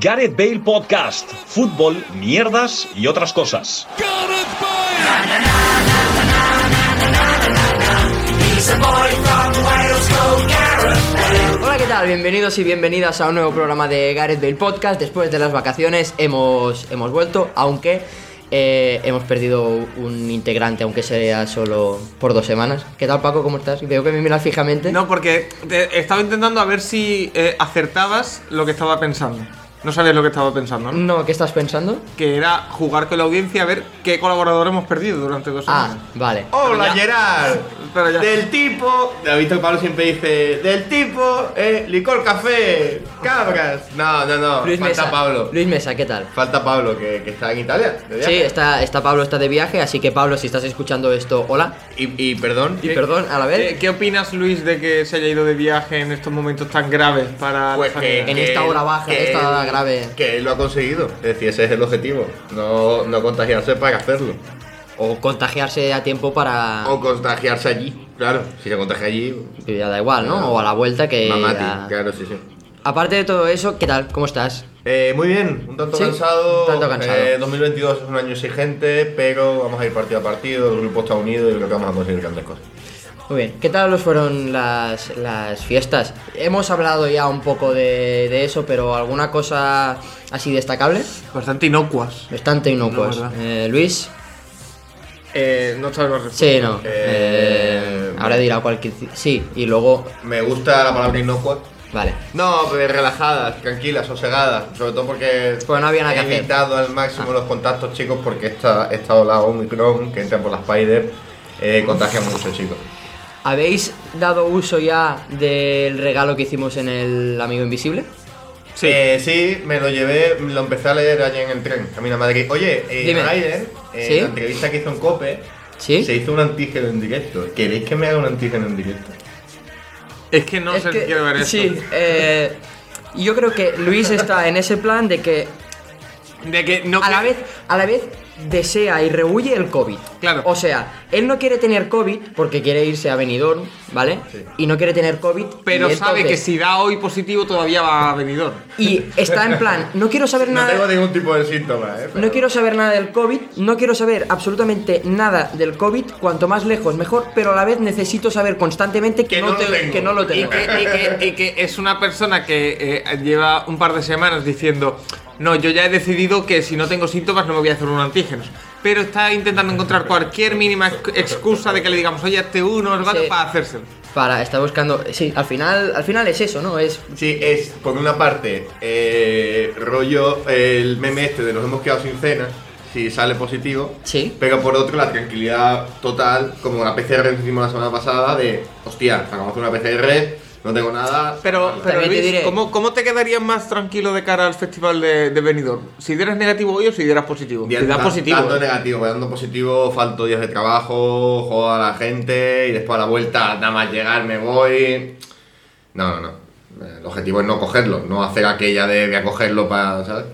Gareth Bale Podcast, fútbol, mierdas y otras cosas. Hola, ¿qué tal? Bienvenidos y bienvenidas a un nuevo programa de Gareth Bale Podcast. Después de las vacaciones hemos, hemos vuelto, aunque eh, hemos perdido un integrante, aunque sea solo por dos semanas. ¿Qué tal, Paco? ¿Cómo estás? Veo que me miras fijamente. No, porque te- estaba intentando a ver si eh, acertabas lo que estaba pensando. No sabías lo que estaba pensando, ¿no? No, ¿qué estás pensando? Que era jugar con la audiencia a ver qué colaborador hemos perdido durante dos Ah, años. vale. Hola Gerard, Pero ya. del tipo, ha visto que Pablo siempre dice, del tipo, eh, licor, café, cabras. No, no, no, Luis falta Mesa. Pablo. Luis Mesa, ¿qué tal? Falta Pablo, que, que está en Italia. de Sí, viaje. está, está Pablo, está de viaje, así que Pablo, si estás escuchando esto, hola. Y, y perdón. Y perdón, a la vez. ¿Qué, qué opinas, Luis, de que se haya ido de viaje en estos momentos tan graves para Pues la que, familia? En esta él- hora baja, que esta él- hora grave. Que él lo ha conseguido. Es decir, ese es el objetivo. No, no contagiarse para hacerlo. O contagiarse a tiempo para. O contagiarse allí. Claro, si se contagia allí, que ya da igual, ¿no? O a la vuelta que. mamati. ya- Claro, sí, sí. Aparte de todo eso, ¿qué tal? ¿Cómo estás? Eh, muy bien, un tanto Sí, un cansado. tanto cansado. Eh, 2022 es un año exigente, pero vamos a ir partido a partido, el grupo está unido y creo que vamos a conseguir grandes cosas. Muy bien, ¿qué tal os fueron las, las fiestas? Hemos hablado ya un poco de, de eso, pero ¿alguna cosa así destacable? Bastante inocuas. Bastante inocuas. No, verdad. Eh, Luis, Eh, no sabes la respuesta. sí, no. Eh, Eh, ahora dirá cualquier. Sí, y luego. Me gusta la palabra inocua. Vale. No, eh, pero relajadas, tranquilas, sosegadas, sobre todo porque Pues no había nada he que hacer. Ah. evitado al máximo los contactos, chicos, porque esta, esta ola Omicron que entra por las Spider eh, contagia mucho, chicos. ¿Habéis dado uso ya del regalo que hicimos en el Amigo Invisible? Sí. Eh, sí, me lo llevé, lo empecé a leer ayer en el tren, camino a Madrid. Oye, eh, Dime. Ryder, eh, ¿Sí? la entrevista que hizo en COPE, ¿Sí? se hizo un antígeno en directo. ¿Queréis que me haga un antígeno en directo? Es que no Es sé que- si quiero ver esto. Sí, eh, yo creo que Luis está en ese plan de que De que no a la que- vez, a la vez desea y rehuye el COVID. Claro. O sea, él no quiere tener COVID porque quiere irse a Benidorm, ¿vale? Sí. Y no quiere tener COVID. Pero y sabe que entonces- si da hoy positivo todavía va a venidor. Y está en plan, no quiero saber No Pues nada. tengo ningún tipo de síntoma, ¿eh? No quiero saber nada del COVID, no quiero saber absolutamente nada del COVID, cuanto más lejos mejor, pero a la vez necesito saber constantemente que, Que no, no lo te- tengo. que no lo Y tengo. que, y que- y que es una persona que eh, lleva un par de semanas diciendo, no, yo ya he decidido que si no tengo síntomas no me voy a hacer un antígeno. Pero está intentando encontrar cualquier mínima ex- excusa de que le digamos, oye, hazte uno, el Sí. para hacérselo. Para, está buscando. Sí, al final, al final es eso, ¿no? Es Sí, es, por una parte, eh, rollo eh, el meme este de nos hemos quedado sin cena, si sale positivo. Sí. Pero por otro, la tranquilidad total, como la PCR que hicimos la semana pasada, de, hostia, acabamos de hacer una PCR, no tengo nada. Pero, pero También te Luis, diré- ¿cómo, cómo te quedarías más tranquilo de cara al festival de, de Benidorm? ¿Si dieras negativo hoy o si dieras positivo? Si das Dan- positivo. Dando ¿eh? negativo, dando positivo, falto días de trabajo, jodo a la gente y después a la vuelta, nada más llegar, me voy. No, no, no. El objetivo es no cogerlo, no hacer aquella de voy a cogerlo para, ¿sabes?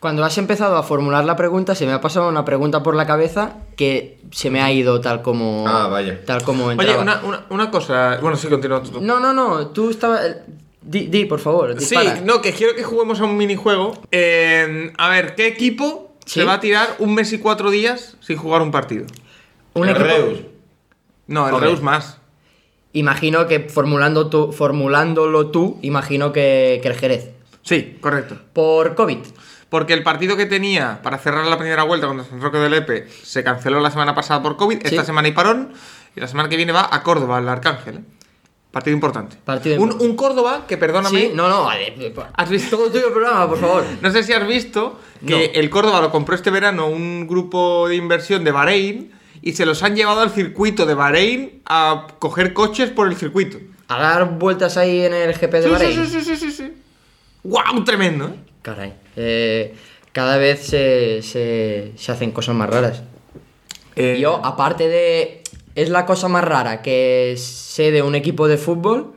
Cuando has empezado a formular la pregunta, se me ha pasado una pregunta por la cabeza que se me ha ido tal como. Ah, vaya. Tal como Oye, entraba. una, una- una cosa. Bueno, sí, continúa tú. No, no, no. Tú estabas. Di, di, por favor. Sí, dispara. no, que quiero que juguemos a un minijuego. Eh, a ver, ¿qué equipo Sí. se va a tirar un mes y cuatro días sin jugar un partido? Un El equipo- Reus. No, el Hombre. Reus más. Imagino que formulando tú, formulándolo tú, imagino que, que el Jerez. Sí, correcto. Por COVID. Porque el partido que tenía para cerrar la primera vuelta contra San Roque del Epe se canceló la semana pasada por COVID. Sí. Esta semana hay parón. Y la semana que viene va a Córdoba, al Arcángel. ¿eh? Partido importante. Partido un, importante. un Córdoba que, perdóname. Sí, no, no. vale. ¿Has visto? Todo tuyo el programa, por favor. No sé si has visto que No. el Córdoba lo compró este verano un grupo de inversión de Bahrein y se los han llevado al circuito de Bahrein a coger coches por el circuito. A dar vueltas ahí en el GP de Sí, Bahrein. sí, sí, sí, sí, sí. ¡Wow! Tremendo, ¿eh? Caray. Eh, cada vez se- se- se hacen cosas más raras. Eh, Yo, aparte de. Es la cosa más rara que sé de un equipo de fútbol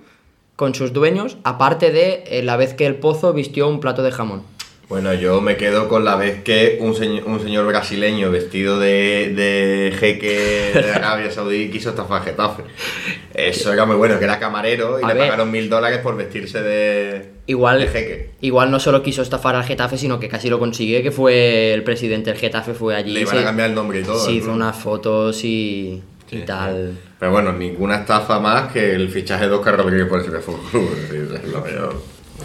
con sus dueños, aparte de eh, la vez que el pozo vistió un plato de jamón. Bueno, yo me quedo con la vez que un, señor- un señor brasileño vestido de, de jeque de Arabia Saudí quiso estafar a Getafe. Eso era muy bueno, que era camarero y A le ver. pagaron mil dólares por vestirse de, de Igual, jeque. igual no solo quiso estafar al Getafe, sino que casi lo consigue, que fue el presidente del Getafe, fue allí. Le iban se- a cambiar el nombre y todo. se hizo ¿no? unas fotos y, y tal. Pero bueno, ninguna estafa más que el fichaje de Oscar Rodríguez por el Fútbol Club. Es la mayor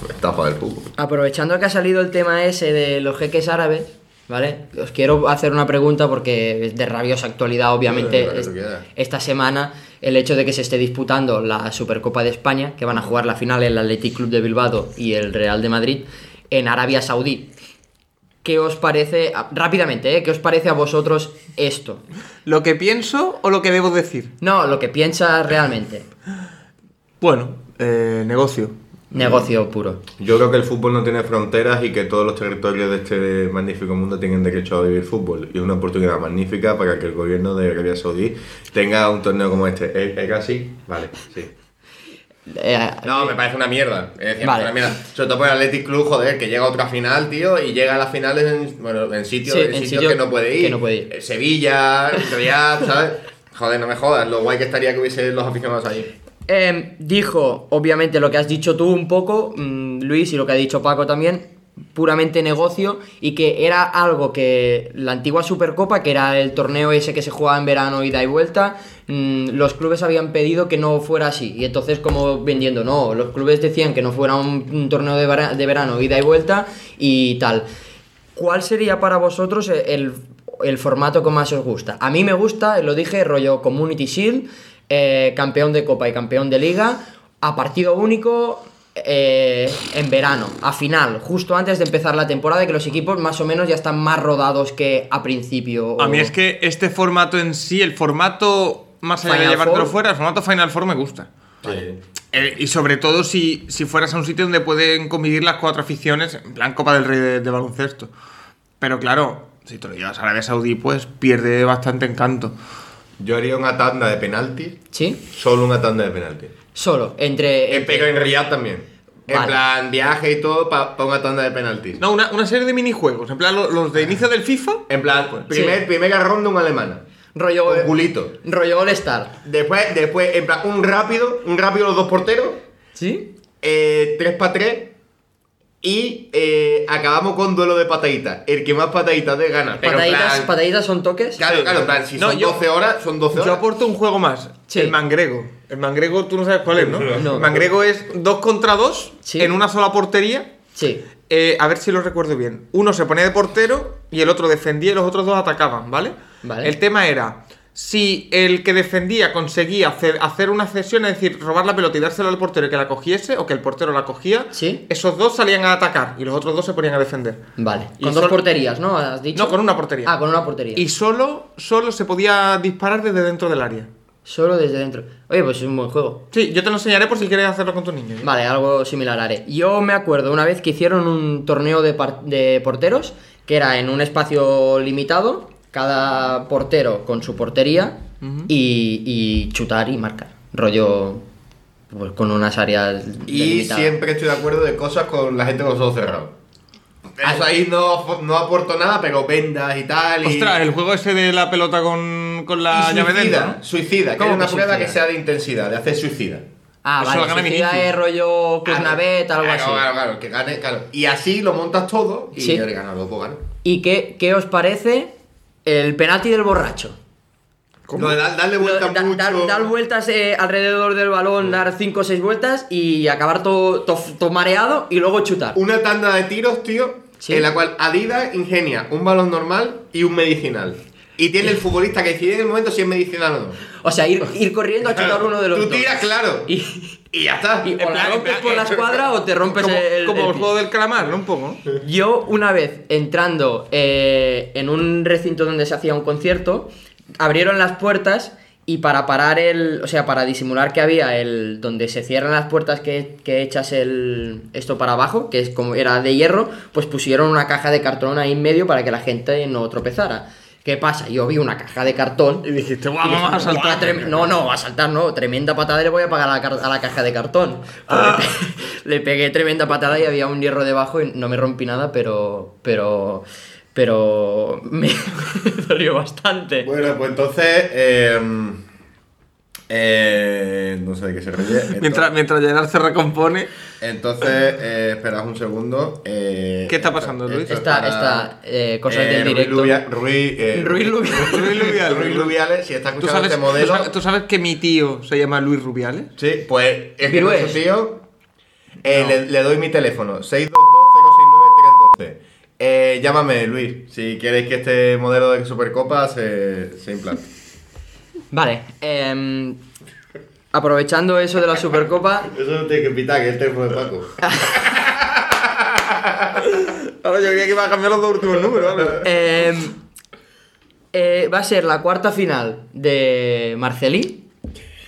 estafa del fútbol. Aprovechando que ha salido el tema ese de los jeques árabes, ¿vale? Os quiero hacer una pregunta porque es de rabiosa actualidad, obviamente, Sí, la que es- tú quieras. esta semana, el hecho de que se esté disputando la Supercopa de España, que van a jugar la final el Athletic Club de Bilbao y el Real de Madrid, en Arabia Saudí. ¿Qué os parece, a- rápidamente, ¿eh? ¿qué os parece a vosotros esto? ¿Lo que pienso o lo que debo decir? No, lo que piensas realmente. Bueno, eh, negocio. Negocio puro. Yo creo que el fútbol no tiene fronteras y que todos los territorios de este magnífico mundo tienen derecho a vivir fútbol. Y es una oportunidad magnífica para que el gobierno de Arabia Saudí tenga un torneo como este. ¿Es, es así? Vale, sí. Eh, No, me parece una mierda. Es decir, Vale. una mierda. Sobre todo por el Athletic Club, joder, que llega a otra final, tío, y llega a las finales en, bueno, en sitios Sí, en en sitios sitio que no puede ir. que no puede ir. Eh, Sevilla, Riyadh, ¿sabes? Joder, no me jodas, lo guay que estaría que hubiesen los aficionados allí. Em, dijo, obviamente, lo que has dicho tú un poco, mm, Luis, y lo que ha dicho Paco también, puramente negocio, y que era algo que la antigua Supercopa, que era el torneo ese que se jugaba en verano, ida y vuelta, mm, los clubes habían pedido que no fuera así. Y entonces, como vendiendo, no, los clubes decían que no fuera un, un torneo de, vera- de verano, ida y vuelta, y tal. ¿Cuál sería para vosotros el, el formato que más os gusta? A mí me gusta, lo dije, rollo Community Shield, eh, campeón de Copa y campeón de Liga, a partido único eh, en verano, a final, justo antes de empezar la temporada, que los equipos más o menos ya están más rodados que a principio. A o- mí es que este formato en sí, el formato más allá Final de llevártelo Four. fuera, el formato Final Four me gusta. Eh, y sobre todo si, si fueras a un sitio donde pueden convivir las cuatro aficiones, en plan Copa del Rey de, de baloncesto. Pero claro, si te lo llevas a Arabia Saudí, pues pierde bastante encanto. Yo haría una tanda de penaltis, ¿Sí? solo una tanda de penaltis. Solo, entre... Eh, pero en Riyadh también. En Vale. plan, viaje y todo para una tanda de penaltis. No, una, una serie de minijuegos, en plan lo- los de inicio del FIFA. En plan, primer, primera ronda una alemana. rollo... Con culito. Rollo All-Star. Después, después, en plan, un rápido, un rápido los dos porteros, ¿Sí? eh, tres para tres. Y eh, acabamos con duelo de pataditas. El que más pataditas de gana. Pero en Pataditas, plan- pataditas son toques. Claro, claro, en plan, si No, son yo- 12 horas, son 12 Yo horas. aporto un juego más, Sí. el mangrego. El mangrego tú no sabes cuál es, ¿no? No. El mangrego es dos contra dos Sí. en una sola portería. Sí. Eh, a ver si lo recuerdo bien. Uno se ponía de portero y el otro defendía y los otros dos atacaban, ¿vale? Vale. El tema era si el que defendía conseguía hacer, hacer una cesión, es decir, robar la pelota y dársela al portero y que la cogiese o que el portero la cogía, Sí. esos dos salían a atacar y los otros dos se ponían a defender. Vale. Y Con dos sol- porterías, ¿no? ¿Has dicho? No, con una portería. Ah, con una portería. Y solo, solo se podía disparar desde dentro del área. Solo desde dentro. Oye, pues es un buen juego. Sí, yo te lo enseñaré por si quieres hacerlo con tu niño. ¿eh? Vale, algo similar haré. Yo me acuerdo una vez que hicieron un torneo de, par- de porteros, que era en un espacio limitado, cada portero con su portería y, y chutar y marcar. Rollo pues, con unas áreas. Y delimitadas. siempre estoy de acuerdo de cosas con la gente con los ojos cerrados. Eh. Eso ahí no, no aporto nada, pero vendas y tal. Y... Ostras, el juego ese de la pelota con, con Y la llave dentro. suicida, ¿no? suicida, que ¿Cómo es una que prueba que suicida? sea de intensidad, de hacer suicida. Ah, Eso lo gana vale. Suicida Vinicius. es rollo Cluznavet, algo Ah, Claro, así. Claro, claro, que gane, claro. Y así lo montas todo y Sí. yo le gano a los dos, gano. ¿Y qué, qué os parece el penalti del borracho? No, da- darle vuelta Lo- da- mucho. dar, dar vueltas eh, alrededor del balón, dar 5 o 6 vueltas y acabar todo to- to mareado y luego chutar. Una tanda de tiros, tío, Sí. en la cual Adidas ingenia un balón normal y un medicinal. Y tiene el futbolista que decide en el momento si es medicinal o no. O sea, ir, ir corriendo a chutar uno de los Tú dos. tiras, claro. Y, Y, ya está. y o la plan, rompes en plan, por la escuadra o te rompes como, el, como el el, pie. juego del calamar, ¿no? Un poco. ¿no? Yo una vez entrando eh, en un recinto donde se hacía un concierto, abrieron las puertas y para parar el, o sea, para disimular que había el donde se cierran las puertas que, que echas el esto para abajo, que es como era de hierro, pues pusieron una caja de cartón ahí en medio para que la gente no tropezara. ¿Qué pasa? Yo vi una caja de cartón. Y dijiste, y guau, vamos dije, a saltar. "Buah, trem- No, no, a saltar no. Tremenda patada le voy a pagar a la, car- a la caja de cartón. Ah. Le pegué tremenda patada y había un hierro debajo y no me rompí nada, pero. Pero. Pero. Me dolió bastante. Bueno, pues entonces. eh, eh, no sé de qué se ríe. Entonces- Mientras, mientras Gerard se recompone, Entonces, eh, esperad un segundo. eh, ¿Qué está pasando, Luis? esto es Esta- para, esta, eh, cosas del Ruiz directo. Lubia- Ruiz, eh, Ruiz Lubia- Ruiz Lubiales. Ruiz Lubiales, si está ¿tú escuchando sabes, este tú modelo. sabes- tú sabes que mi tío se llama Luis Rubiales? Sí, pues es que Virués. nuestro tío. eh, No. le, le doy mi teléfono: 622-069-312. Eh, llámame, Luis, si queréis que este modelo de Supercopa se, se implante. Vale. em, aprovechando eso de la Supercopa. Eso no tiene que pitar, que es el teléfono de Paco. Ahora yo creía que iba a cambiar los dos últimos números. em, eh, va a ser la cuarta final de Marcelí.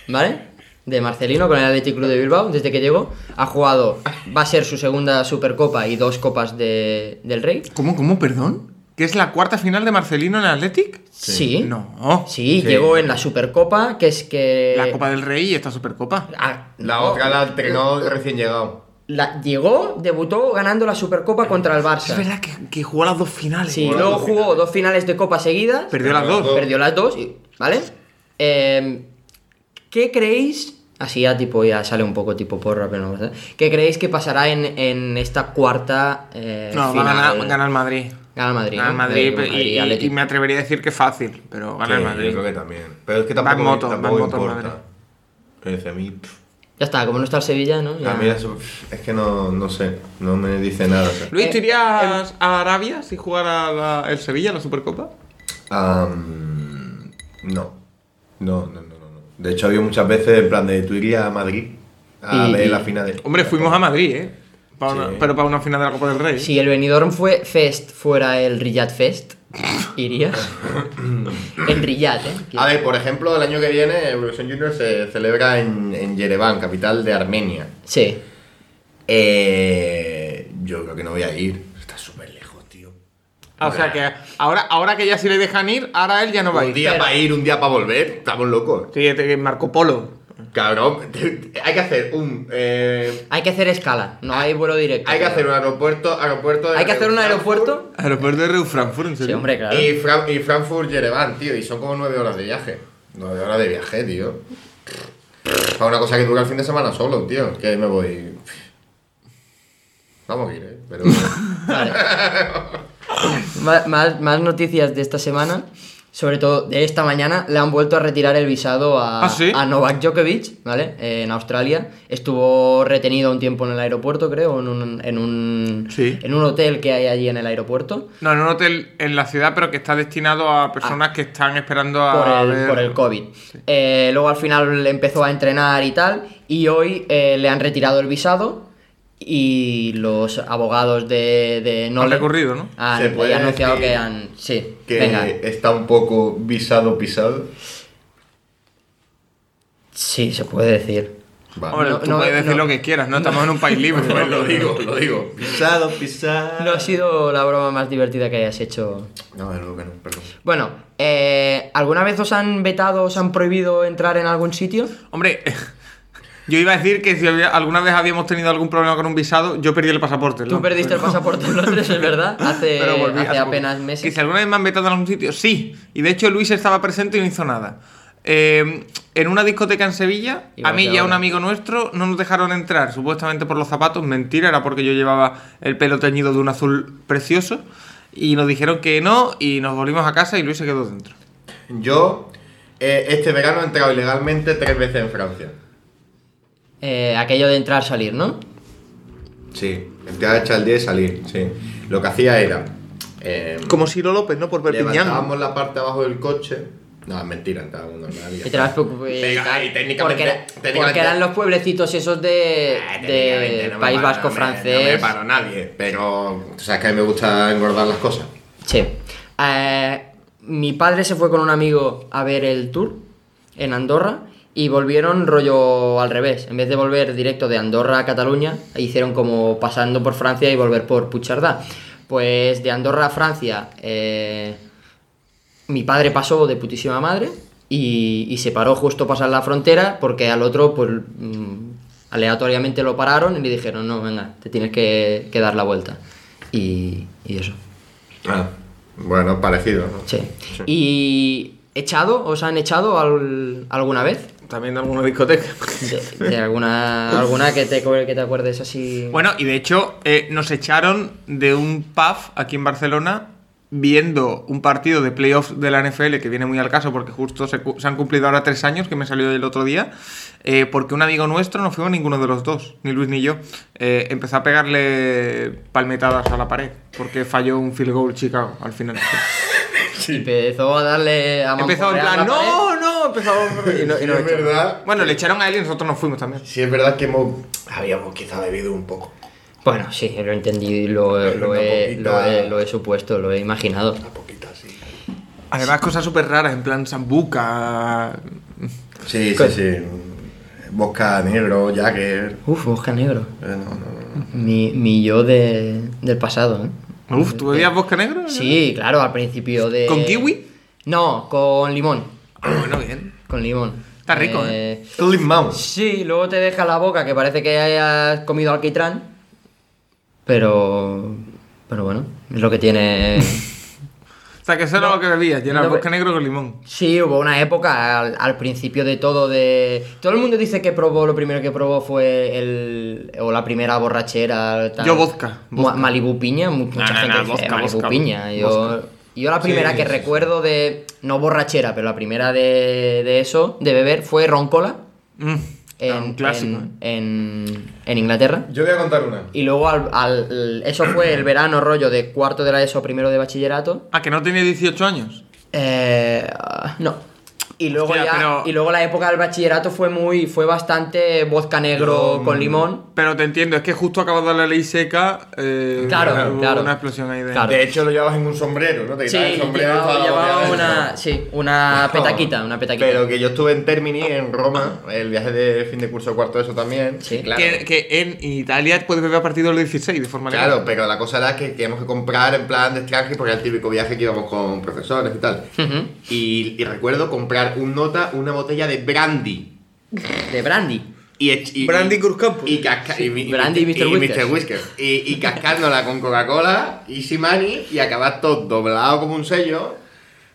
¿Vale? De Marcelino con el Athletic Club de Bilbao, desde que llegó. Ha jugado. Va a ser su segunda Supercopa y dos copas de- del Rey. ¿Cómo, cómo, perdón? ¿Que es la cuarta final de Marcelino en el Athletic? Sí. No. Sí, Sí. llegó en la Supercopa, que es que. La Copa del Rey y esta Supercopa. Ah, La no. otra la entrenó recién llegado. La- llegó, debutó ganando la Supercopa contra el Barça. Es verdad que, que jugó las dos finales. Sí, Jugó luego las dos jugó finales. dos finales de Copa seguidas. Perdió las dos. Perdió las dos, y- ¿vale? Eh, ¿Qué creéis? Así ya tipo ya sale un poco tipo porra, pero no. ¿Qué creéis que pasará en, en esta cuarta eh, No, va a final? ganar, gana el Madrid. Gana el Madrid. Gana el ¿no? Madrid Eh, pero- y, y- Atleti. y me atrevería a decir que fácil, pero gana el Sí, Madrid. Yo creo que también. Pero es que Va en tampoco, moto, va en tampoco moto en Madrid. importa. Dice a mí. pff, Ya está, como no está el Sevilla, ¿no? Ya. A mí eso, pff, es que no, no sé. No me dice nada. o sea. Luis, ¿tú Eh, irías a Arabia si jugara la- el Sevilla en la Supercopa? Am, no. No, no, no, no. no. De hecho, había muchas veces en plan de tú irías a Madrid a Y- ver y- la final. de- Hombre, fuimos a Madrid, ¿eh? Pa' una- Sí. Pero para una final de la Copa del Rey. Si el Benidorm fue Fest fuera el Riyadh Fest, ¿irías? en Riyadh, ¿eh? A ver, por ejemplo, el año que viene Evolution Junior se celebra en, en Yerevan, capital de Armenia. Sí. Eh, yo creo que no voy a ir. Está súper lejos, tío. Ah, o sea que ahora, ahora que ya si le dejan ir, ahora él ya no va a Un ir. día para ir, un día para volver. Estamos locos. Sí, te- Marco Polo. Cabrón, hay que hacer un. eh, Hay que hacer escala, no hay vuelo directo. hay que creo. hacer un aeropuerto. aeropuerto de ¿Hay que hacer un Frankfurt aeropuerto. Aeropuerto de Reus Frankfurt, en Sí, serio. hombre, claro. Y, Fran- y Frankfurt-Yerevan, tío. Y son como nueve horas de viaje. Nueve horas de viaje, tío. Para una cosa que dura el fin de semana solo, tío. Que me voy. Vamos a ir, eh. Pero. Vale. Ma- más, más noticias de esta semana, sobre todo de esta mañana, le han vuelto a retirar el visado a, ¿Ah, sí? a Novak Djokovic, ¿vale? Eh, en Australia. Estuvo retenido un tiempo en el aeropuerto, creo, en un, en un, Sí. en un hotel que hay allí en el aeropuerto. No, en un hotel en la ciudad, pero que está destinado a personas que están esperando Ah. por Ah, a el, ver... por el COVID. Eh, luego al final le empezó a entrenar y tal, y hoy eh, le han retirado el visado y los abogados de, de Nolan recurrido, ¿no? han- Se puede han Ah, anunciado decir que han... Sí, Que venga. está un poco visado, pisado. Sí, se puede decir. Vale. Hombre, No, tú no, puedes decir no. lo que quieras, ¿no? Estamos en un país libre. Pues lo digo, lo digo. Pisado, pisado. No ha sido la broma más divertida que hayas hecho. No, desde luego que no, perdón. Bueno, eh, ¿alguna vez os han vetado, os han prohibido entrar en algún sitio? Hombre, yo iba a decir que si había- alguna vez habíamos tenido algún problema con un visado, yo perdí el pasaporte. Tú ¿no? perdiste el Pero- pasaporte en Londres, es verdad, hace, pero volví hace hace poco. apenas Que meses. si alguna vez me han vetado en algún sitio, sí. Y de hecho Luis estaba presente y no hizo nada. Eh, en una discoteca en Sevilla, a Igual mí que y a un ahora. amigo nuestro no nos dejaron entrar, supuestamente por los zapatos. Mentira, era porque yo llevaba el pelo teñido de un azul precioso. Y nos dijeron que no, y nos volvimos a casa y Luis se quedó dentro. Yo, eh, este verano he entrado ilegalmente tres veces en Francia. Eh, aquello de entrar, salir, ¿no? Sí. Entraba a echar el día y salir, sí. Lo que hacía era. eh, Como Ciro López, ¿no? Por Perpiñán. levantábamos la parte de abajo del coche. No, es mentira, estaba un normal. ya Y te las está. preocup- y Venga, tal, y técnicamente- porque, era- técnicamente- porque eran los pueblecitos esos de, Ah, de técnicamente no me País paro, Vasco no me- No me francés. paro nadie, pero tú sabes que a mí me gusta engordar las cosas. sí. Eh, mi padre se fue con un amigo a ver el tour en Andorra y volvieron rollo al revés. En vez de volver directo de Andorra a Cataluña, hicieron como pasando por Francia y volver por Puchardá. Pues de Andorra a Francia. eh, mi padre pasó de putísima madre y, y se paró justo pasar la frontera porque al otro, pues, mm, aleatoriamente lo pararon y le dijeron, no, venga, te tienes que, que dar la vuelta. Y, y eso, Ah, bueno, parecido, ¿no? sí. ¿Y echado? ¿Os han echado al- alguna vez? También de alguna discoteca. De, de alguna, alguna que, te, que te acuerdes así. Bueno, y de hecho eh, nos echaron de un pub aquí en Barcelona viendo un partido de playoffs de la NFL que viene muy al caso porque justo se, cu- se han cumplido ahora tres años que me salió el otro día eh, porque un amigo nuestro no fuimos ninguno de los dos ni Luis ni yo eh, empezó a pegarle palmetadas a la pared porque falló un field goal Chicago al final Empezó a darle a empezó en mamporrear plan la pared. no no empezó y no- y no Sí, es echaron. verdad. bueno le echaron a él y nosotros nos fuimos también Sí, es verdad que hemos, habíamos quizá bebido un poco. Bueno, sí, lo entendí, lo, lo Una he, poquita. lo he- lo he supuesto, lo he imaginado. Una poquita, sí. además cosas súper raras en plan sambuca Sí, sí, ¿Qué? sí. Bosca negro, Jagger. Uf, Bosca Negro. Eh, no, no, no. Mi, mi yo de, del pasado, ¿eh? Uf, ¿tú bebías bosque negro? Sí, claro, al principio de... ¿Con kiwi? No, con limón. Ah, Bueno, bien. Con limón. Está rico, ¿eh? Mouse. Sí, luego te deja la boca que parece que hayas comido alquitrán. Pero... Pero bueno, es lo que tiene... O sea, que eso era lo que bebías, llenar No, bosque pero- negro con limón. Sí, hubo una época al, al principio de todo de... Todo el mundo dice que probó, lo primero que probó fue el... o la primera borrachera. tal. Yo vodka, Ma- vodka. Malibu piña, mu- mucha no, gente no, dice vodka, eh, Malibu vodka, piña. Yo, vodka. yo la primera Sí, que sí, sí. recuerdo de... no borrachera, pero la primera de, de eso, de beber, fue roncola Mm, era en, un clásico. ¿eh? en, en- en Inglaterra. Yo voy a contar una. Y luego al, al- eso fue el verano rollo de cuarto de la ESO, primero de bachillerato. ¿eh? Ah, que no tenía 18 años. Eh, ah, no. Y luego, Hostia, ya, pero- y luego la época del bachillerato fue muy fue bastante vodka negro con limón. Pero te entiendo, es que justo acabado la ley seca. eh, Claro, hubo claro. Una explosión ahí de. Claro. De hecho, lo llevabas en un sombrero, ¿no? Te Sí, quitabas el sombrero llevaba, para llevaba boquear una, dentro. sí, una Ah, petaquita, una petaquita. Pero que yo estuve en Termini, en Roma, el viaje de fin de curso cuarto eso también. Sí. claro. Que, que en Italia puedes beber a partir de los 16 de forma legal. Claro, pero la cosa era que teníamos que comprar en plan de extranjero porque era el típico viaje que íbamos con profesores y tal. Ujú. y, y recuerdo comprar un nota, una botella de brandy. De brandy. Y, ech- y- Brandy y- Cruz Campo. Y, casca- y, mi- Brandy y Mr. y Whiskers. Whiskers. Y, y cascándola con Coca-Cola, Easy Money y acabar todo doblado como un sello.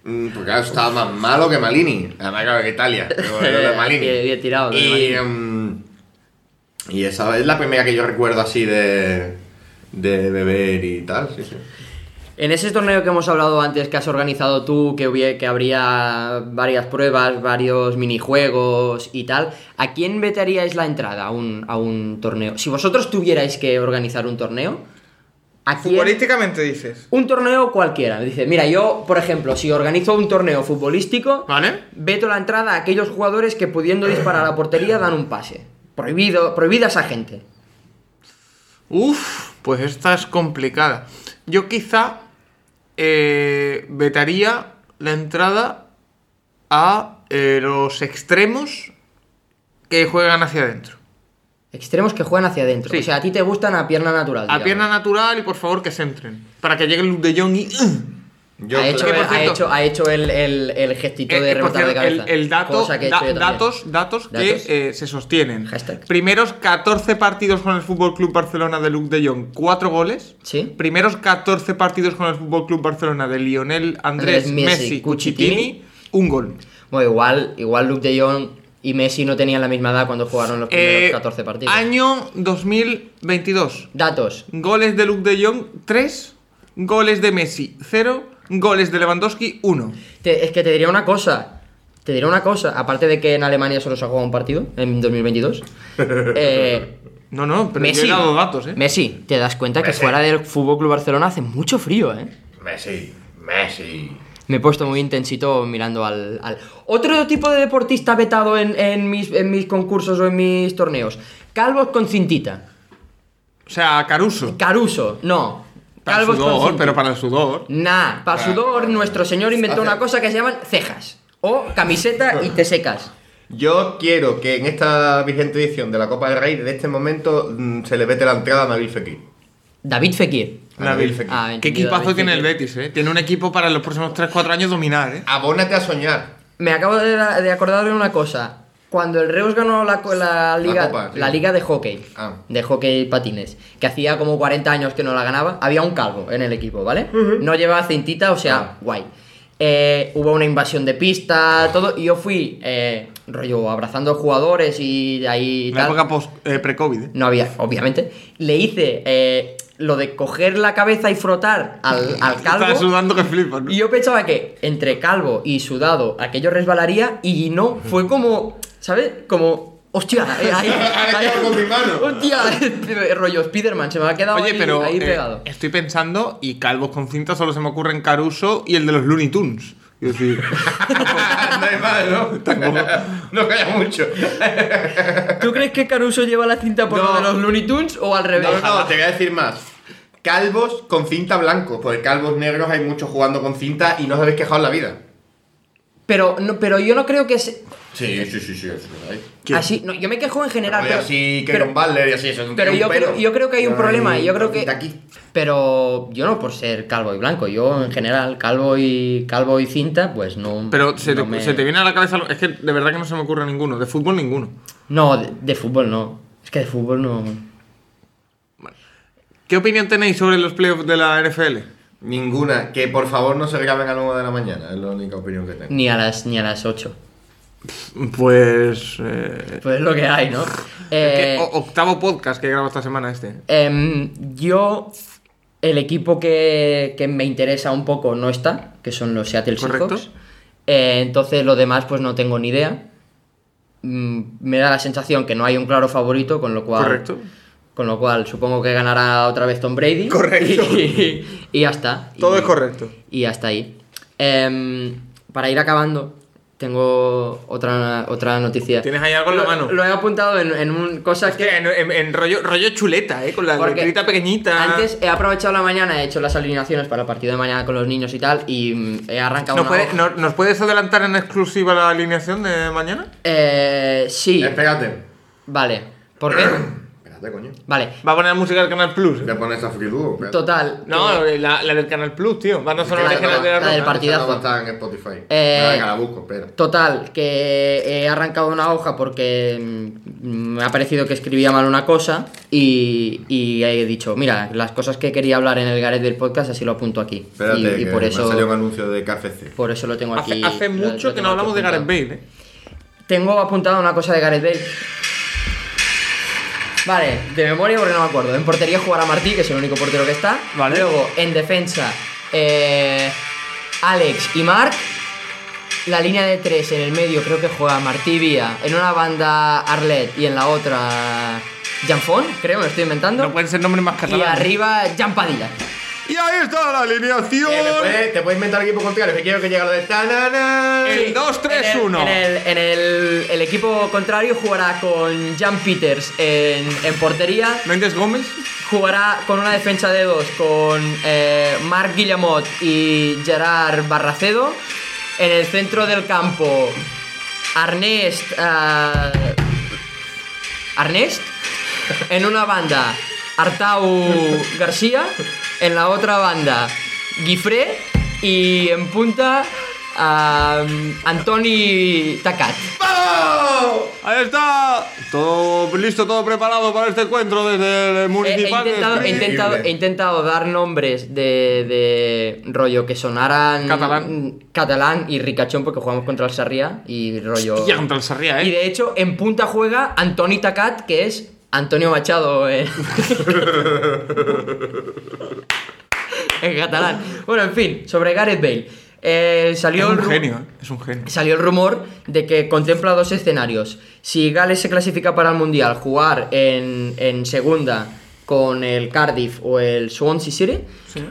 Mm, Porque claro, estaba más malo que Malini. Además, claro, que Italia. pero era lo de Malini. Bien- bien tirado, lo de Y, Malini. mm, y esa es la primera que yo recuerdo así de, de beber y tal. Sí, sí. En ese torneo que hemos hablado antes, que has organizado tú, que, hubie- que habría varias pruebas, varios minijuegos y tal, ¿a quién vetaríais la entrada a un, a un torneo? Si vosotros tuvierais que organizar un torneo, ¿a quién, Futbolísticamente dices. Un torneo cualquiera. Dice, mira, yo, por ejemplo, si organizo un torneo futbolístico, ¿Vale? veto la entrada a aquellos jugadores que pudiendo disparar a la portería dan un pase. Prohibido, prohibida esa gente. Uf, pues esta es complicada. Yo quizá eh, vetaría la entrada a eh, los extremos que juegan hacia adentro. Extremos que juegan hacia adentro. Sí. O sea, a ti te gustan a pierna natural. A digamos. pierna natural y por favor que se entren. Para que llegue Luke de Jong y... ¡uh! Yo, ha, hecho, que, por ha, cierto- hecho, ha hecho el, el, el gestito Eh, de eh, por rebotar de cierto, el, cabeza. el dato, Cosa que he da- hecho yo también. datos, datos que Datos. eh, se sostienen. Hashtag. Primeros 14 partidos con el Fútbol Club Barcelona de Luke de Jong, 4 goles. Sí. Primeros 14 partidos con el Fútbol Club Barcelona de Lionel Andrés, Andrés Messi, Messi, Cucitini, Cucitini, un gol. Bueno, igual, igual Luke de Jong y Messi no tenían la misma edad cuando jugaron los primeros Eh, 14 partidos. Año 2022. Datos. Goles de Luke de Jong 3, goles de Messi 0, goles de Lewandowski 1. Te- es que te diría una cosa. Te diré una cosa. Aparte de que en Alemania solo se ha jugado un partido en 2022. eh, No, no, pero Messi. yo he dado datos, ¿eh? Messi, te das cuenta que Messi. fuera del Fútbol Club Barcelona hace mucho frío, ¿eh? Messi, Messi. Me he puesto muy intensito mirando al. al- Otro tipo de deportista vetado en, en mis, en mis concursos o en mis torneos. Calvos con cintita. O sea, Caruso. Caruso, no. Para el Calvos con sudor, cintita. pero para el sudor. Nah, para el sudor, nuestro señor inventó una cosa que se llaman cejas. O camiseta y te secas. Yo quiero que en esta vigente edición de la Copa del Rey, desde este momento, mm, se le vete la entrada a Nabil Fekir. David Fekir. Nabil Fekir. Ah, Qué entendido, equipazo David tiene el Fekir. Betis, ¿eh? Tiene un equipo para los próximos 3-4 años dominar, ¿eh? Abónate a soñar. Me acabo de, de acordar de una cosa. Cuando el Reus ganó la, co- la liga, la, Copa, sí. liga de hockey, Ah. de hockey patines, que hacía como 40 años que no la ganaba, había un calvo en el equipo, ¿vale? No llevaba cintita, o sea, Ah. guay. Eh, hubo una invasión de pista, todo, y yo fui, eh, rollo, abrazando jugadores y ahí... Una tal. época post- eh, pre-COVID. ¿eh? No había, obviamente. Le hice eh, lo de coger la cabeza y frotar al, al calvo. Estaba sudando que flipas, ¿no? Y yo pensaba que entre calvo y sudado aquello resbalaría y no, fue como, ¿sabes? Como, hostia, eh, ahí, Ha quedado con mi mano. Hostia, rollo Spiderman, se me ha quedado Oye, ahí, pero ahí eh, pegado. estoy pensando y calvos con cinta solo se me ocurren Caruso y el de los Looney Tunes. Yo sí. no hay más, ¿no? no calla mucho. ¿Tú crees que Caruso lleva la cinta por No. lo de los Looney Tunes o al revés? No, no, te voy a decir más. Calvos con cinta blanco, porque calvos negros hay muchos jugando con cinta y no os habéis quejado en la vida. Pero, no, pero yo no creo que se... Sí, sí, sí, sí, eso lo hay. ¿Quién? Así, no, yo me quejo en general, Oye, pero... así que pero- un Butler y así, eso es un pero tiene yo un creo- pelo. yo creo que hay un No problema, yo creo una que- cinta aquí. Pero yo no por ser calvo y blanco, yo en general calvo y calvo y cinta, pues no. Pero se, no te, me- se te viene a la cabeza. lo- Es que de verdad que no se me ocurre ninguno. De fútbol ninguno. No, de, de fútbol no. Es que de fútbol no. ¿Qué opinión tenéis sobre los playoffs de la NFL? Ninguna, que por favor no se graben a las 9 de la mañana, es la única opinión que tengo. Ni a las ni a las 8. Pues. eh, Pues es lo que hay, ¿no? que- Eh, o- octavo podcast que grabo esta semana este. em, yo. El equipo que, que me interesa un poco no está, que son los Seattle Correcto. Seahawks. Eh, entonces lo demás, pues no tengo ni idea. Mm, me da la sensación que no hay un claro favorito, con lo cual. Correcto. Con lo cual, supongo que ganará otra vez Tom Brady. Correcto. Y, y ya está. Todo Y- es correcto. Y hasta ahí. Em, para ir acabando, tengo otra, otra noticia. ¿Tienes ahí algo en la Lo- mano? Lo he apuntado en, en un, cosas Que que... En, en- en rollo, rollo chuleta, ¿eh? Con la porque letrita pequeñita. Antes he aprovechado la mañana, he hecho las alineaciones para el partido de mañana con los niños y tal, y mm, he arrancado ¿Nos, una puede- hoja. no- ¿Nos puedes adelantar en exclusiva la alineación de mañana? Eh, sí, Espérate. vale. ¿Por qué? Espérate, coño. vale. Va a poner música del Canal Plus. ¿eh? Voy a poner esa free duo, espérate. Total. No, eh, la, la del Canal Plus, tío. Van a sonar La- las canales de la- la, la del Roca. partido. Esa no partidazo. va a estar en Spotify. Eh, Venga, la busco, espera. Total, que he arrancado una hoja porque mm, me ha parecido que escribía mal una cosa y, y he dicho, mira, las cosas que quería hablar en el Gareth del podcast así lo apunto aquí. Espérate, y y que por, me eso, salió un anuncio de KFC. por eso lo tengo aquí. Hace, hace lo- mucho que lo tengo no hablamos aquí de Gareth apuntado. Bale, ¿eh? Tengo apuntada una cosa de Gareth Bale. Vale, de memoria porque no me acuerdo. En portería jugará Martí, que es el único portero que está. Vale. Luego, en defensa, eh, Alex y Mark. La línea de tres en el medio creo que juega Martí Vía. En una banda Arlet y en la otra Janfón, creo, me lo estoy inventando. No pueden ser nombres más y catalanes. arriba Jan Padilla. Y ahí está la alineación. Eh, ¿me puedes- te puedes inventar equipo contrario, que quiero que llegue lo de Tanana. El 2-3-1. En, el, en el- el equipo contrario jugará con Jan Peters en, en portería. Méndez Gómez. Jugará con una defensa de dos con eh, Marc Guillamot y Gerard Barracedo. En el centro del campo, Arnest. eh, Arnest. En una banda, Artau García. En la otra banda, Guifré. Y en punta, ah, Antoni Tacat. Ahí está. Todo listo, todo preparado para este encuentro desde el Eh, He, he municipal. de intentado, he Espí- intentado- he intentado dar nombres de, de rollo que sonaran Catalán. catalán y ricachón porque jugamos contra el Sarriá y rollo. Hostia, contra el Sarriá, ¿eh? Y de hecho, en punta juega Antoni Tacat, que es Antonio Machado eh. en, en catalán. Bueno, en fin, sobre Gareth Bale. Eh, Es salió el un ru- genio, ¿eh? es un genio. Salió el rumor de que contempla dos escenarios. Si Gales se clasifica para el Mundial, jugar en, en segunda con el Cardiff o el Swansea City.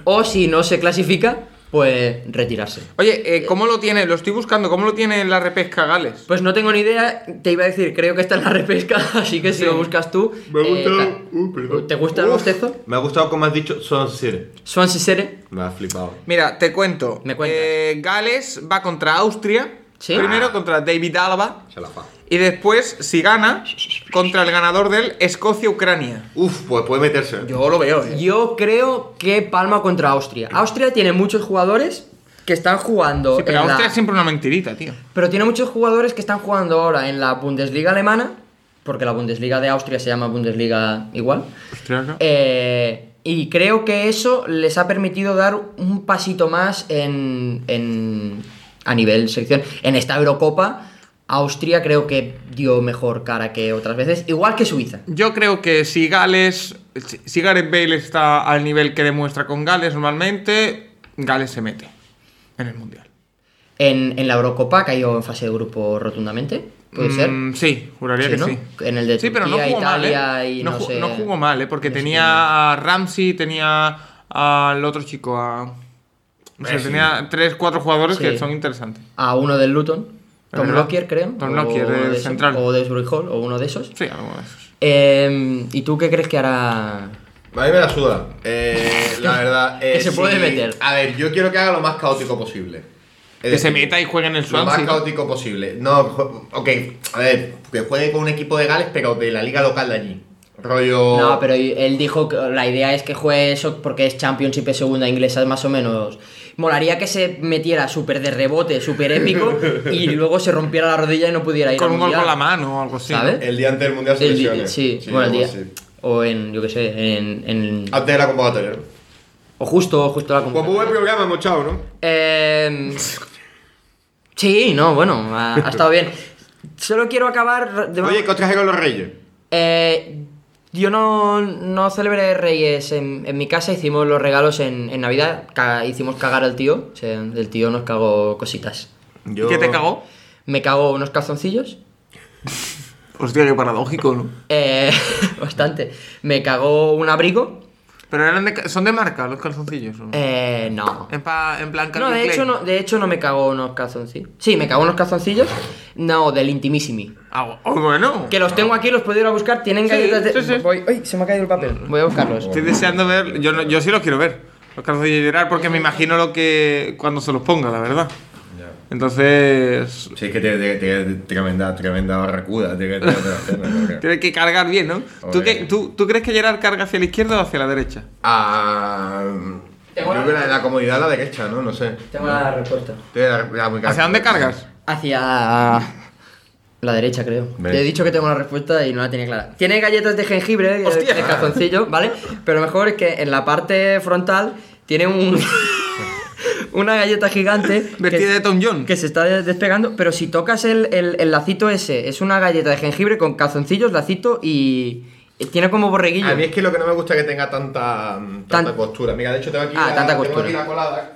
O si no se clasifica, pues retirarse. Oye, eh, ¿cómo lo tiene? Lo estoy buscando. ¿Cómo lo tiene la repesca Gales? Pues no tengo ni idea, te iba a decir, creo que está en la repesca, así que si lo buscas tú... Me eh, gusta. ta- Uh, perdón. ¿Te gusta el Uf. bostezo? Me ha gustado como has dicho, son Sir. Swansea City. Me ha flipado. Mira, te cuento. Me cuentas. Eh, Gales va contra Austria. Sí. Primero contra David Alba Se la fa. y después, si gana, contra el ganador del Escocia-Ucrania. Uf, pues puede meterse. Yo lo veo, eh. Yo creo que Palma contra Austria. Austria tiene muchos jugadores que están jugando. Sí, pero en la- Austria es siempre una mentirita, tío. Pero tiene muchos jugadores que están jugando ahora en la Bundesliga alemana, porque la Bundesliga de Austria se llama Bundesliga igual. Austria, ¿no? Eh, y creo que eso les ha permitido dar un pasito más en, en- a nivel selección. En esta Eurocopa, Austria creo que dio mejor cara que otras veces, igual que Suiza. Yo creo que si Gales. Si si Gareth Bale está al nivel que demuestra con Gales normalmente, Gales se mete en el mundial. En, en la Eurocopa cayó en fase de grupo rotundamente, puede ser. Mm, sí, juraría Sí, que ¿no? sí. En el de sí, pero no Turquía, jugó mal, Italia ¿eh? y no, no ju- sé- no jugó mal, ¿eh? Porque no sé tenía a Ramsey, tenía al otro chico, a. No sé, Messi. tenía tres, cuatro jugadores Sí. que son interesantes. A uno del Luton, Pero Tom no- Lockyer, creo. Tom o Lockyer, uno el de esos, central. O Desbury Hall, o uno de esos. Sí, algo de esos. Em, ¿Y tú qué crees que hará A mí me la suda. Eh, la verdad. eh, Que se puede sí. meter. A ver, yo quiero que haga lo más caótico posible. Es Eh, Que se decir, meta y juegue en el Lo más Swansea. caótico posible. No, ju- ok, a ver, que juegue con un equipo de Gales, pero de la liga local de allí. Oh. Rollo. No, pero y- él dijo que la idea es que juegue eso porque es Championship es segunda inglesa más o menos. Molaría que se metiera súper de rebote, súper épico y luego se rompiera la rodilla y no pudiera ir Con al un gol Mundial. con la mano o algo así. ¿Sabes? El día antes del mundial se El di- lesione. sí, bueno, el algo día. así. O en, yo qué sé, en, en- Ah. Antes de la convocatoria. ¿no? O justo, justo la Pues muy buen convocatoria. programa, hemos echado, ¿no? Eh, sí, no, bueno, ha, ha estado bien. Solo quiero acabar de Oye, ¿qué os trajeron los Reyes? Eh, yo no, no celebré Reyes en, en mi casa, hicimos los regalos en, en Navidad, ca- hicimos cagar al tío, o sea, el tío nos cagó cositas. Yo... ¿Qué te cagó? Me cagó unos calzoncillos, Hostia, qué paradójico, ¿no? eh, bastante. Me cagó un abrigo, Pero eran de ca- son de marca los calzoncillos. ¿no? eh, no. En, pa- en plan No, Calvin de Klein. hecho no, de hecho no me cagó unos calzoncillos. Sí, me cagó unos calzoncillos, no, del Intimissimi. Ah, bu- oh, bueno. Que los tengo aquí, los puedo ir a buscar, tienen Sí, galletas de... sí, sí. Voy... ¡Ay, se me ha caído el papel! Voy a buscarlos. Estoy deseando ver. Yo, no- yo sí los quiero ver. Los calzoncillos de Gerard, porque me imagino lo que. cuando se los ponga, la verdad. Entonces. Sí, es que tiene tiene- tiene tremenda, tremenda barracuda. Tiene que tiene que hacer, ¿no? Creo que- Tiene que cargar bien, ¿no? ¿Tú, Hombre. qué- tú, tú crees que Gerard carga hacia la izquierda o hacia la derecha? Ah, yo creo que la, la comodidad a la derecha, ¿no? No sé. Tengo la respuesta. Tiene la- la muy ¿Hacia dónde cargas? Hacia la derecha, creo. Ves. Te he dicho que tengo la respuesta y no la tenía clara. Tiene galletas de jengibre, de, Hostia. de calzoncillo, ¿vale? Pero lo mejor es que en la parte frontal tiene un... una galleta gigante. Vestida que- de Tom John. que se está de- despegando, pero si tocas el, el- el lacito ese, es una galleta de jengibre con calzoncillos, lacito y y tiene como borreguillo. A mí es que lo que no me gusta es que tenga tanta, tanta Tan- costura. Mira, de hecho tengo aquí, Ah, la, tanta tengo costura. Ah. aquí la colada.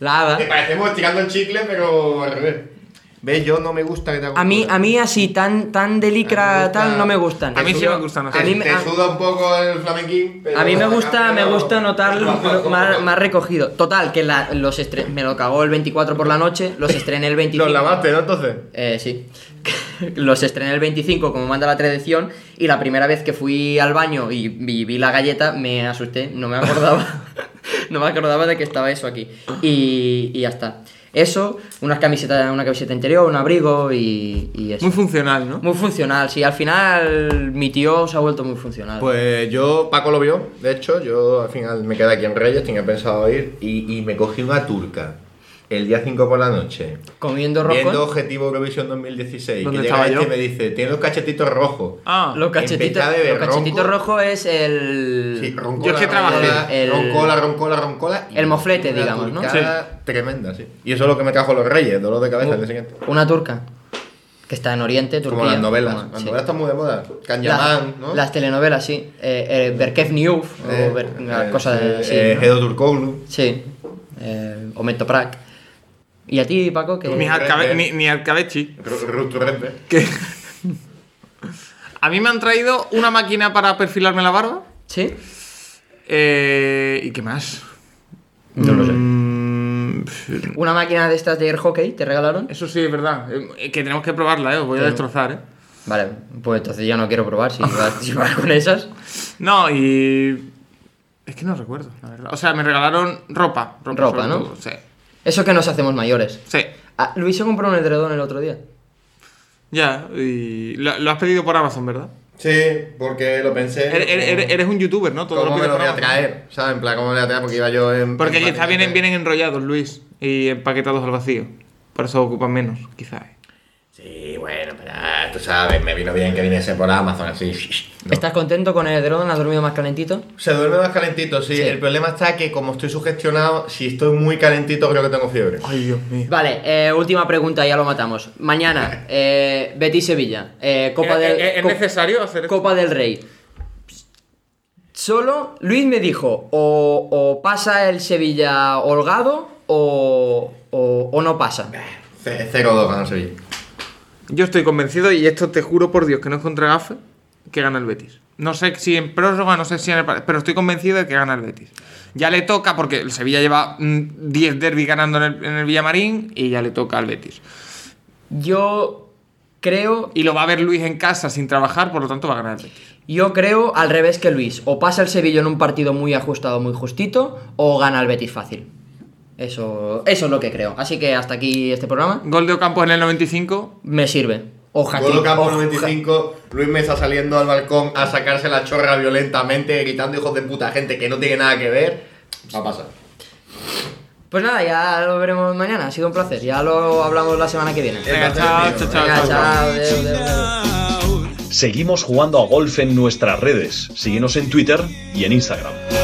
La haba. Que parecemos estirando el chicle, pero al revés. ¿Ves? Yo no me gusta que te haga A mí, costura. a mí así, tan, tan de A mí me licra, gusta- tal, no me gustan. A mí sí Yo- me gustan, o sea, a mí Te, me- ah, te a- suda un poco el flamenquín, pero... A mí me gusta, me pero- gusta notarlo más, más recogido. Total, que la- los estre- me lo cagó el 24 por la noche, los estrené el 25. Los lavaste, ¿no? Entonces. Eh, sí. los estrené el 25, como manda la tradición, y la primera vez que fui al baño y vi, vi la galleta, me asusté, no me acordaba. no me acordaba de que estaba eso aquí. Y, y ya está. Eso, unas camisetas, una camiseta interior, un abrigo y, y eso. Muy funcional, ¿no? Muy funcional, sí. Al final mi tío se ha vuelto muy funcional. Pues yo, Paco lo vio, de hecho, yo al final me quedé aquí en Reyes, tenía pensado ir, y, y me cogí una turca el día 5 por la noche. Comiendo roscón. Viendo Objetivo Eurovisión 2016, que ¿Dónde llega estaba este yo? y me dice, tiene los cachetitos rojos. Ah, Los cachetitos, Empezá a beber los cachetitos ronco. rojos es el. Sí, roncola, Yo es que trabajé. roncola, El- roncola, roncola, roncola, y el moflete, una digamos, ¿no? turcada Tremenda, sí. Y eso es lo que me trajo los Reyes, dolor de Oh. cabeza el día siguiente. Una turca. Que está en Oriente, Turquía. Como las novelas. Como- Las sí. novelas están muy de moda. Las- Cañamán, ¿no? Las telenovelas, sí. Eh, eh, Berkev News, Eh, o Ber- eh, cosas eh, así. eh, ¿no? Gedo Turkoglu. Sí. Eh, o Metoprak. ¿Y a ti, Paco? Que... ni, Mira. alcabe- ni, ni alcabechi. Ru- Ruth Turrente. Que- A mí me han traído una máquina para perfilarme la barba. ¿Sí? Eh, ¿Y qué más? No lo sé. Mm, Una máquina de estas de air hockey, ¿te regalaron? Eso sí, es verdad. Eh, Que tenemos que probarla, ¿eh? Os voy a Sí. destrozar, ¿eh? Vale, pues entonces ya no quiero probar si vas, si vas con esas. No, y... Es que no recuerdo, la verdad. O sea, me regalaron ropa. Ropa, Ropa, sobre ¿no? todo, Sí. Eso que nos hacemos mayores. Sí. Ah, Luis se compró un edredón el otro día. Ya, y lo, lo has pedido por Amazon, ¿verdad? Sí, porque lo pensé. Eres, eres- eres un youtuber, ¿no? Todo Eh, lo ¿Cómo me pides lo por voy a Amazon. traer? ¿Sabes? En plan, ¿cómo me lo voy a traer? Porque iba yo en. Porque en quizás vienen, patinete. vienen enrollados, Luis, y empaquetados al vacío. Por eso ocupan menos, eh. quizás. Sí, bueno, pero ah, tú sabes, me vino bien que viniese por Amazon así. ¿no? ¿Estás contento con el edredón? ¿Has dormido más calentito? Se duerme más calentito, sí. Sí. El problema está que como estoy sugestionado, si estoy muy calentito creo que tengo fiebre. Ay, Dios mío. Vale, eh, última pregunta, ya lo matamos. Mañana, eh, Betis-Sevilla. eh, Copa, del, ¿Es, es co- necesario hacer esto? Copa del Rey. Solo Luis me dijo, o, o pasa el Sevilla holgado o, o- o no pasa. C- 0-2 gana el Sevilla. Yo estoy convencido, y esto te juro por Dios que no es contra gafe, que gana el Betis. No sé si en prórroga, no sé si en el... pa- Pero estoy convencido de que gana el Betis. Ya le toca, porque el Sevilla lleva mm, 10 derbis ganando en el, en el Villamarín, y ya le toca al Betis. Yo creo, Y lo va a ver Luis en casa sin trabajar, por lo tanto va a ganar el Betis. yo creo al revés que Luis. O pasa el Sevilla en un partido muy ajustado, muy justito, o gana el Betis fácil. Eso, eso es lo que creo. Así que hasta aquí este programa. Gol de Ocampo en el 95. Me sirve. O hat-trick, Golo Campo o- 95, Luis Mesa saliendo al balcón a sacarse la chorra violentamente, gritando hijos de puta gente que no tiene nada que ver. Va a pasar. Pues nada, ya lo veremos mañana. Ha sido un placer. Ya lo hablamos la semana que viene. Venga, Entonces, chao, tío, chao, chao, Venga, chao. chao. adeu, adeu, adeu. out. Seguimos jugando a golf en nuestras redes. Síguenos en Twitter y en Instagram.